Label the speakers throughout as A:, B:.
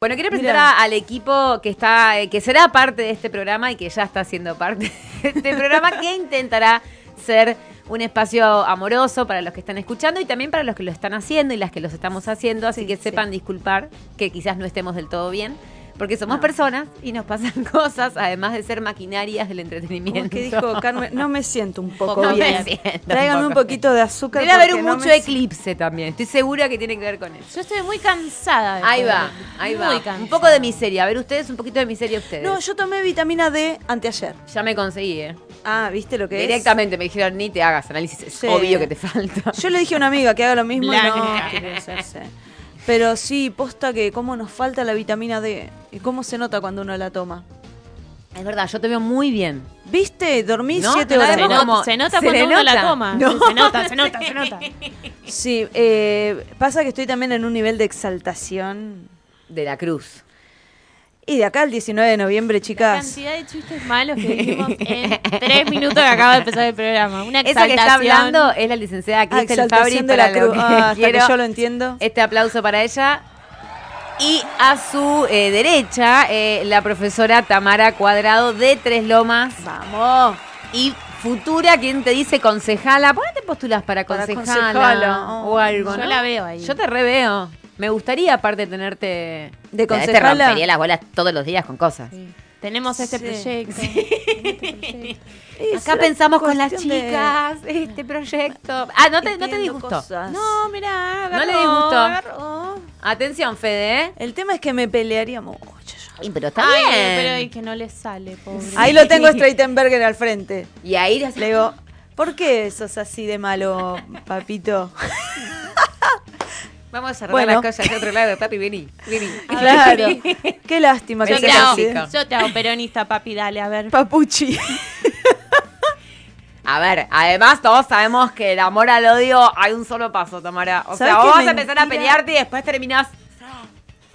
A: Bueno, quiero presentar a- al equipo que está, eh, que será parte de este programa y que ya está siendo parte de este programa, que intentará ser un espacio amoroso para los que están escuchando y también para los que lo están haciendo y las que los estamos haciendo, así
B: Sí,
A: que
B: sí.
A: sepan disculpar que quizás no estemos del todo bien, porque somos
B: No.
A: personas y nos pasan cosas, además de ser maquinarias del entretenimiento.
B: ¿Cómo es que dijo Carmen? No me siento un poco
A: No me
B: bien.
A: siento
B: Tráiganme
A: un
B: un
A: poco
B: poquito de azúcar.
A: Debe haber
B: porque
A: un
B: no
A: mucho
B: me-
A: eclipse también, estoy segura que tiene que ver con eso.
C: Yo estoy muy cansada. de
A: Ahí
C: todo.
A: va, ahí
C: Muy
A: va.
C: cansada.
A: Un poco de miseria. A ver ustedes, un poquito de miseria ustedes.
B: No, yo tomé vitamina D anteayer.
A: Ya me conseguí, ¿eh?
B: Ah, ¿viste lo que es?
A: Directamente me dijeron, ni te hagas análisis, es
B: Sí.
A: obvio que te falta.
B: Yo le dije a una amiga que haga lo mismo y
C: Blanca.
B: no quiere hacerse. Pero sí, posta que cómo nos falta la vitamina D y cómo se nota cuando uno la toma.
A: Es verdad, yo te veo muy bien.
B: ¿Viste? Dormí
A: No,
B: siete
A: no la
B: horas.
C: Se
A: vemos
C: nota,
A: como-
C: se nota
A: se le
C: cuando uno la
A: nota.
C: toma.
A: No.
C: Se nota, se nota, se nota.
B: Sí, eh, pasa que estoy también en un nivel de exaltación.
A: De la cruz.
B: Y de acá al 19 de noviembre,
C: La
B: chicas.
C: cantidad de chistes malos que dijimos en tres minutos que acaba de empezar el programa. Una
A: Esa que está
C: exaltación.
A: hablando es la licenciada
B: Ah,
A: Cristel Fabri
B: exaltación de la
A: para lo
B: cruz.
A: que
B: Ah, hasta que
A: quiero.
B: yo lo entiendo.
A: Este aplauso para ella. Y a su eh, derecha, eh, la profesora Tamara Cuadrado de Tres Lomas
B: Vamos.
A: y futura, quien te dice concejala. ¿Por qué te postulas para
B: Para
A: concejala?
B: concejala.
A: O algo,
C: Yo
A: ¿no?
C: la veo ahí.
A: Yo te reveo. Me gustaría, aparte, tenerte. Te
B: De concejala.
A: rompería las bolas todos los días con cosas.
C: Sí. Tenemos este
B: Sí.
C: proyecto.
B: Es
A: Acá pensamos con las
B: cuestión de-
A: chicas, este proyecto. Ah, no te, no te
B: Entiendo
A: disgustó.
B: cosas.
C: No, mirá, agarró,
A: No le disgustó.
C: agarró.
A: Atención, Fede. ¿eh?
B: El tema es que me pelearía mucho. yo.
A: Y, pero está
C: Ay,
A: bien.
C: pero es que no le sale, pobre.
B: Ahí lo tengo a Straitenberger al frente.
A: Y ahí las-
B: Le digo, ¿por qué sos así de malo, papito?
A: vamos a cerrar
B: Bueno.
A: las cosas de otro lado. Papi, vení, vení.
B: Claro. Qué lástima que
C: Yo
A: Ese
C: te,
B: seas
C: hago,
B: así. ¿eh?"
A: clásico.
C: yo te hago peronista, papi, dale, a ver.
B: Papuchi.
A: A ver, además todos sabemos que el amor al odio hay un solo paso, Tamara. O
B: ¿Sabés
A: sea, vos
B: qué
A: vas a
B: mentira?
A: empezar a pelearte y después terminás.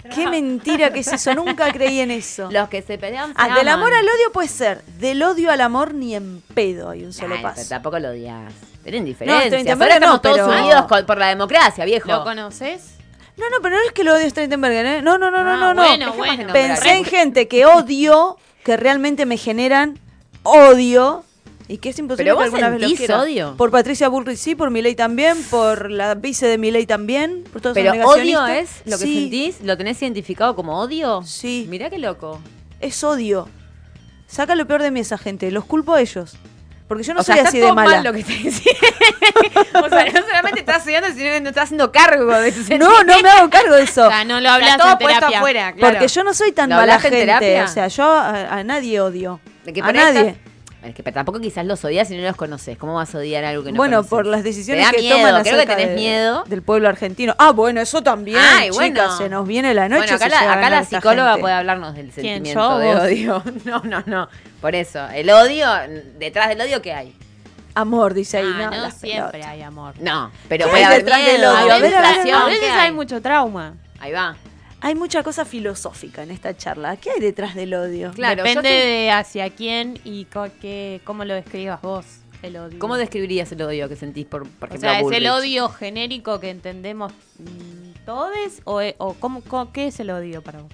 B: Qué mentira que es eso. Nunca creí en eso.
A: Los que se pelean se
B: Ah, del
A: aman.
B: amor al odio puede ser. Del odio al amor ni en pedo hay un solo
A: Ay, pero
B: paso.
A: tampoco lo odias. Tienen
B: No, estoy
A: diferencias.
B: entendiendo,
A: Ahora estamos
B: no, pero-
A: todos unidos con- por la democracia, viejo.
C: ¿Lo conoces?
B: No, no, pero no es que lo odio a Straitenberger, ¿eh? No, no, no, no,
C: Ah,
B: no, no.
C: bueno,
A: Dejemos
C: bueno.
A: de nombrar.
B: Pensé en gente que odio, que realmente me generan odio y que es imposible
A: Pero vos
B: que alguna vez los
A: sentís
B: quiera.
A: odio.
B: Por Patricia Bullrich sí, por Milei también, por la vice de Milei también, por todos esos
A: Pero odio
B: negacionistas.
A: es lo que
B: Sí,
A: sentís, lo tenés identificado como odio.
B: Sí.
A: Mirá qué loco.
B: Es odio. Saca lo peor de mí esa gente, los culpo a ellos. Porque yo no
A: o
B: soy
A: sea, está
B: así
A: todo
B: de mala.
A: mal lo que te diciendo. o sea, no solamente estás estudiando, sino que no estás haciendo cargo de tus
B: No, no me hago cargo de eso.
C: O sea, no lo hablas
A: Está todo
C: en terapia.
A: puesto afuera, claro.
B: Porque yo no soy tan
A: ¿Lo
B: mala
A: hablaste en
B: gente.
A: terapia?
B: O sea, yo a, a nadie odio.
A: De que
B: a
A: por ahí
B: nadie.
A: estás- Es que tampoco quizás los odias si no los conoces. ¿Cómo vas a odiar algo que no
B: bueno,
A: conoces?
B: por las decisiones
A: Te da
B: que
A: miedo,
B: toman
A: creo que
B: acerca
A: tenés
B: de-
A: miedo.
B: del pueblo argentino. Ah, bueno, eso también,
A: Ay,
B: chicas,
A: bueno.
B: se nos viene la noche.
A: bueno, acá
B: si
A: la,
B: llega a
A: acá
B: ganar
A: la
B: esta
A: psicóloga
B: gente.
A: puede hablarnos del
C: ¿Quién,
A: sentimiento
C: yo,
A: de
C: vos?
A: odio. No, no, no. Por eso, el odio, detrás del odio, ¿qué hay?
B: Amor, dice ahí.
C: Ah,
B: no,
C: no
B: las
C: siempre
B: pelotas.
C: hay amor.
A: No, pero
B: ¿Qué
A: puede
B: hay
A: haber
B: detrás del
A: miedo,
B: odio?
C: A veces,
B: ver, a ver,
C: a
A: frustración,
C: veces
A: ¿qué
C: hay mucho trauma.
A: Ahí va.
B: Hay mucha cosa filosófica en esta charla. ¿Qué hay detrás del odio?
A: Claro, yo
C: Depende
A: estoy-
C: de hacia quién y co- qué- cómo lo describas vos, el odio.
A: ¿Cómo describirías el odio que sentís por, por
C: o
A: ejemplo, a
C: sea, ¿es el
A: Bullrich?
C: odio genérico que entendemos mm, todos? ¿O, e- o cómo, co- qué es el odio para vos?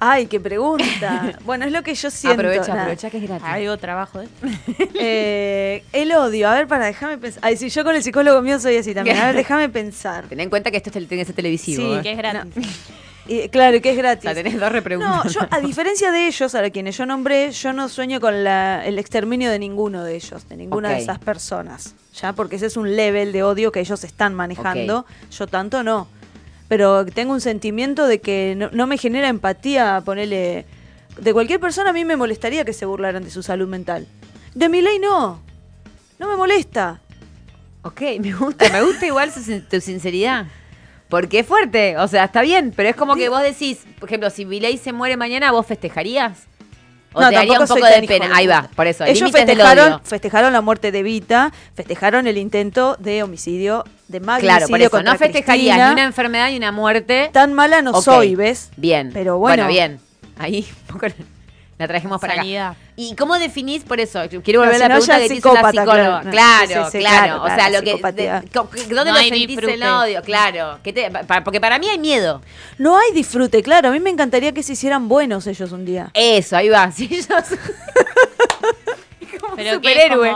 B: Ay, qué pregunta. bueno, es lo que yo siento.
A: aprovecha,
B: nada.
A: aprovecha que es gratis.
C: Algo trabajo de esto.
B: Eh, el odio, a ver, para, déjame pensar. Ay, si yo con el psicólogo mío soy así también. A ver, déjame pensar.
A: Ten en cuenta que esto es, tel- tiene que ser televisivo.
B: Sí,
A: ¿eh?
C: Que es gratis.
B: Y, claro, que es
A: O
B: gratis.
A: sea, tenés dos repreguntas.
B: No, yo, a diferencia de ellos, a quienes yo nombré, yo no sueño con la- el exterminio de ninguno de ellos, de ninguna
A: Ok.
B: de esas personas, ¿ya? Porque ese es un level de odio que ellos están manejando, yo tanto no. Pero tengo un sentimiento de que no, no me genera empatía ponerle... De cualquier persona a mí me molestaría que se burlaran de su salud mental. De mi ley no, no me molesta.
A: Ok, me gusta, me gusta igual su sin- tu sinceridad. Porque es fuerte, o sea, está bien, pero es como que vos decís, por ejemplo, si Milei se muere mañana, ¿vos festejarías? O te daría un
B: tampoco soy
A: poco de
B: tan hijo
A: pena.
B: puta.
A: Ahí va, por eso.
B: Ellos
A: límites del
B: festejaron,
A: odio.
B: festejaron la muerte de Vita, festejaron el intento de homicidio, de magnicidio
A: Claro, por eso.
B: contra
A: No festejarías
B: Cristina.
A: ni una enfermedad ni una muerte.
B: Tan mala no
A: Ok,
B: soy, ¿ves?
A: Bien.
B: Pero bueno.
A: bien. Ahí, un poco- La trajimos para
C: Sanidad.
A: acá. ¿Y cómo definís por eso? Quiero volver
B: No,
A: a la
B: si no,
A: pregunta
B: ya
A: que
B: es
A: te hizo la
B: psicópata,
A: psicóloga.
B: claro.
A: Claro,
B: Sí,
A: claro.
B: sí, sí, claro,
A: o sea,
B: claro,
A: lo que
B: psicopatía.
A: de- co- ¿dónde
C: No
A: lo
C: hay
A: sentís el
C: disfrute.
A: odio? Claro, que te- pa- porque para mí hay miedo.
B: No hay disfrute, claro. A mí me encantaría que se hicieran buenos ellos un día.
A: Eso, ahí va. Sí, yo soy- como
C: Pero que es
A: superhéroe.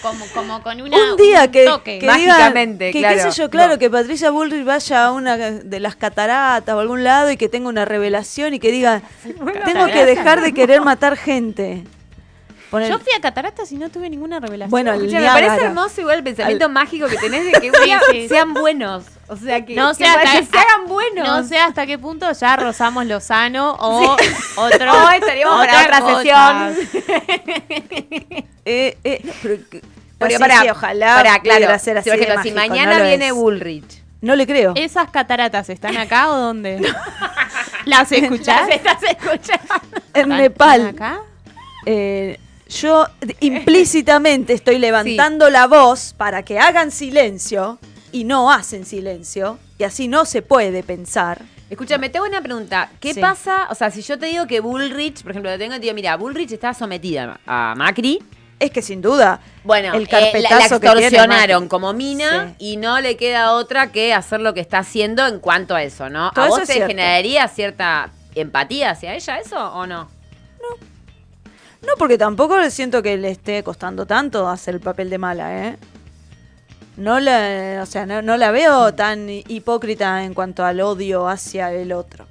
C: Como, como, como con una,
B: un día que,
C: toque.
B: que
A: Mágicamente,
B: digan, que,
A: claro.
B: qué sé yo, claro,
A: No.
B: que Patricia Bullrich vaya a una de las cataratas o a algún lado y que tenga una revelación y que diga, tengo que
C: cataratas,
B: dejar de querer matar gente. Poner-
C: Yo fui a cataratas y no tuve ninguna revelación.
B: Bueno, el-
A: Escucha, me parece
B: Niágara.
A: hermoso igual el pensamiento
B: Al-
A: mágico que tenés de que un día
C: Sí, sí.
A: sean buenos. O sea, que,
C: no
A: que
C: sé hasta
A: que se hagan
C: a-
A: buenos.
C: No sé hasta qué punto ya rozamos lo sano o otro.
A: O estaríamos para otra
C: cosa.
B: Eh, eh, no, pero que-
A: Porque
B: así,
A: pará,
B: sí, ojalá
A: pará, claro.
B: pudiera ser así
A: por
B: de
A: ejemplo, si
B: mágico, no
A: mañana
B: lo
A: viene
B: es.
A: Bullrich.
B: No le creo.
C: ¿Esas cataratas están acá o dónde? ¿Las
A: Las
C: escuchás?
A: estás escuchando.
B: en
C: ¿Están-
B: Nepal.
C: están acá?
B: Eh, yo d- implícitamente estoy levantando la voz para que hagan silencio y no hacen silencio y así no se puede pensar.
A: Escúchame, te hago una pregunta. ¿Qué
B: Sí.
A: pasa? O sea, si yo te digo que Bullrich, por ejemplo, lo tengo y te digo, mira, Bullrich está sometida a Macri.
B: Es que sin duda
A: Bueno,
B: el
A: eh, la- la,
B: carpetazo que tiene
A: extorsionaron
B: Macri.
A: como mina
B: Sí.
A: y no le queda otra que hacer lo que está haciendo en cuanto a eso, ¿no?
B: Todo
A: ¿A
B: eso
A: vos
B: es
A: te
B: cierto.
A: generaría cierta empatía hacia ella eso o no?
B: No, porque tampoco le siento que le esté costando tanto hacer el papel de mala, ¿eh? No la, o sea, no, no la veo tan hipócrita en cuanto al odio hacia el otro.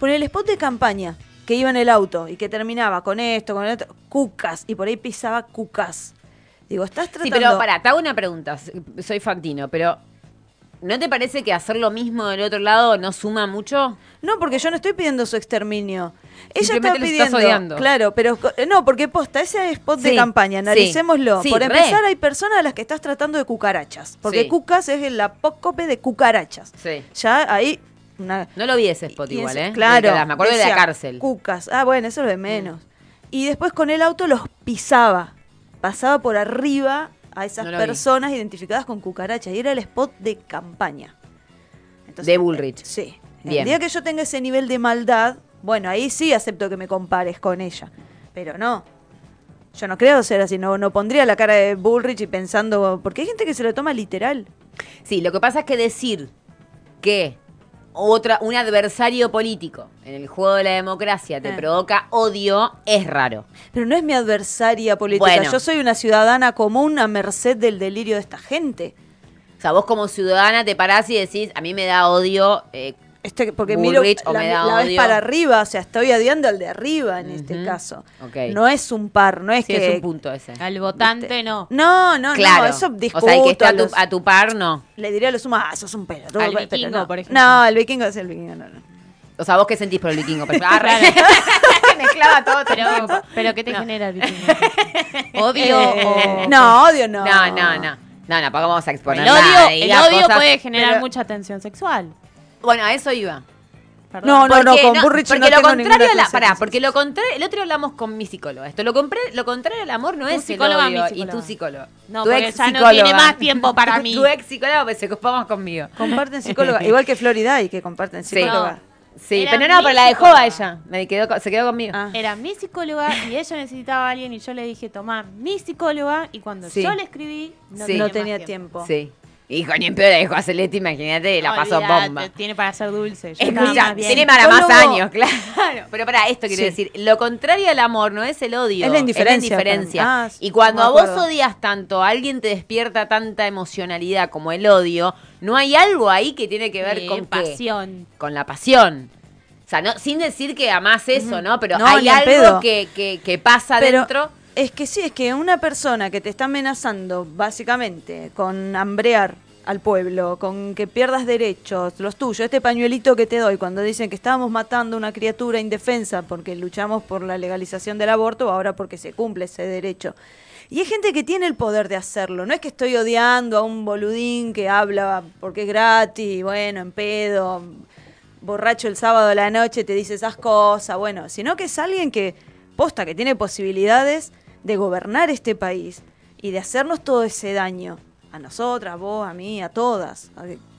B: Por el spot de campaña que iba en el auto y que terminaba con esto, con el otro, cucas, y por ahí pisaba cucas. Digo, estás
A: Sí,
B: tratando...
A: pero pará, te hago una pregunta. Soy Fantino, pero ¿no te parece que hacer lo mismo del otro lado no suma mucho?
B: No, porque yo no estoy pidiendo su exterminio. Ella está
A: Simplemente los estás
B: pidiendo.
A: odiando.
B: Claro, pero co- eh, no, porque posta, ese spot
A: Sí,
B: de campaña,
A: sí,
B: analicémoslo.
A: sí,
B: Por
A: re.
B: empezar, hay personas a las que estás tratando de cucarachas. Porque
A: Sí.
B: cucas es el apócope de cucarachas.
A: Sí.
B: Ya ahí. una-
A: No lo vi ese spot
B: y- y
A: igual,
B: ese-
A: ¿eh?
B: Claro.
A: Me acuerdo de la
B: decía,
A: cárcel. Mm.
B: Cucas. Ah, bueno, eso es lo de menos. Y después con el auto los pisaba. Pasaba por arriba a esas
A: No lo vi.
B: personas identificadas con cucarachas. Y era el spot de campaña. Entonces,
A: De Bullrich.
B: Sí.
A: Bien.
B: El día que yo tenga ese nivel de maldad, bueno, ahí sí acepto que me compares con ella. Pero no. Yo no creo ser así. No, no pondría la cara de Bullrich y pensando. Porque hay gente que se lo toma literal.
A: Sí, lo que pasa es que decir que otra, un adversario político en el juego de la democracia te
B: Eh.
A: provoca odio es raro.
B: Pero no es mi adversaria política.
A: Bueno.
B: Yo soy una ciudadana común a merced del delirio de esta gente.
A: O sea, vos como ciudadana te parás y decís, a mí me da odio. eh,
B: Este, porque
A: Bullrich
B: miro
A: o
B: la,
A: me da
B: la ves
A: odio.
B: para arriba, o sea, estoy odiando al de arriba en este
A: Ujú.
B: caso.
A: Ok.
B: No es un par, no es
A: sí,
B: que...
A: es un punto ese.
C: Al votante no.
B: No, no,
A: claro.
B: no, eso
A: o sea, el
B: discuto.
A: que está a
B: a
A: tu,
B: los-
A: a tu par, no.
B: Le diría a los suma, ah, sos un pelotudo.
C: Al
B: pero
C: vikingo,
B: no.
C: por ejemplo.
B: No, el vikingo es el vikingo, no, no.
A: O sea, vos qué sentís por el vikingo. Pero, ah, re- Mezclaba todo. todo el
C: Pero,
A: tiempo.
C: pero ¿qué te genera el vikingo? Odio
B: Eh,
C: o-
B: No, odio no.
A: No, no, no. No, no, ¿para qué vamos a exponer
C: El odio,
A: nada?
C: el
A: Diga
C: odio
A: cosas-
C: puede generar
B: pero-
C: mucha tensión sexual.
A: Bueno, a eso iba.
C: Perdón.
B: No, no, no,
A: Porque
B: con Burrich
A: porque
B: no
A: lo
B: tengo
A: contrario
B: ninguna
A: a la,
B: clase de
A: pará,
B: sensación.
A: porque lo contrario, el otro día hablamos con mi psicóloga. Esto lo compré, lo contrario al amor no
C: Tu
A: es
C: psicóloga,
A: el
C: mi
A: odio
C: psicóloga.
A: y tu psicólogo.
C: No,
A: tu
C: porque
A: ex
C: ya no
A: psicóloga.
C: tiene más tiempo para
A: Tu-
C: mí.
A: Tu ex psicóloga pues, se ocupaba más conmigo.
B: Comparten psicóloga. Igual que Florida y que comparten
A: Sí.
B: psicóloga.
A: Sí,
C: Era
A: pero no,
C: mi
A: pero la dejó a
C: psicóloga.
A: ella. Me quedó, co- se quedó conmigo.
B: Ah.
C: Era mi psicóloga y ella necesitaba a alguien y yo le dije tomar mi psicóloga y cuando
A: Sí.
C: yo le escribí no,
A: Sí.
C: tenía,
B: No
C: más
B: tenía tiempo.
A: Sí. Hijo, ni en peor la dejó a Celeste, imagínate, la pasó
C: Olvídate,
A: bomba.
C: Tiene para ser dulce. Yo estaba
A: Escucha,
C: más bien.
A: tiene para más
B: Psicólogo.
A: años, claro. Pero para esto quiero
B: Sí.
A: decir, lo contrario al amor no es el odio,
B: Es la indiferencia
A: indiferencia.
B: para mí. Ah,
A: y cuando
B: me
A: a vos
B: acuerdo.
A: odias tanto, alguien te despierta tanta emocionalidad como el odio, no hay algo ahí que tiene que ver
C: Eh,
A: con qué?
C: pasión.
A: con la pasión. O sea, no, sin decir que amás eso, ¿no? Pero
B: No,
A: hay
B: ni en
A: algo
B: pedo.
A: que, que, que pasa
B: Pero
A: dentro.
B: es que sí, es que una persona que te está amenazando básicamente con hambrear al pueblo, con que pierdas derechos, los tuyos, este pañuelito que te doy cuando dicen que estábamos matando una criatura indefensa porque luchamos por la legalización del aborto, ahora porque se cumple ese derecho. Y hay gente que tiene el poder de hacerlo, no es que estoy odiando a un boludín que habla porque es gratis, bueno, en pedo, borracho el sábado a la noche te dice esas cosas, bueno, sino que es alguien que posta, que tiene posibilidades de gobernar este país y de hacernos todo ese daño, a nosotras, vos, a mí, a todas, a-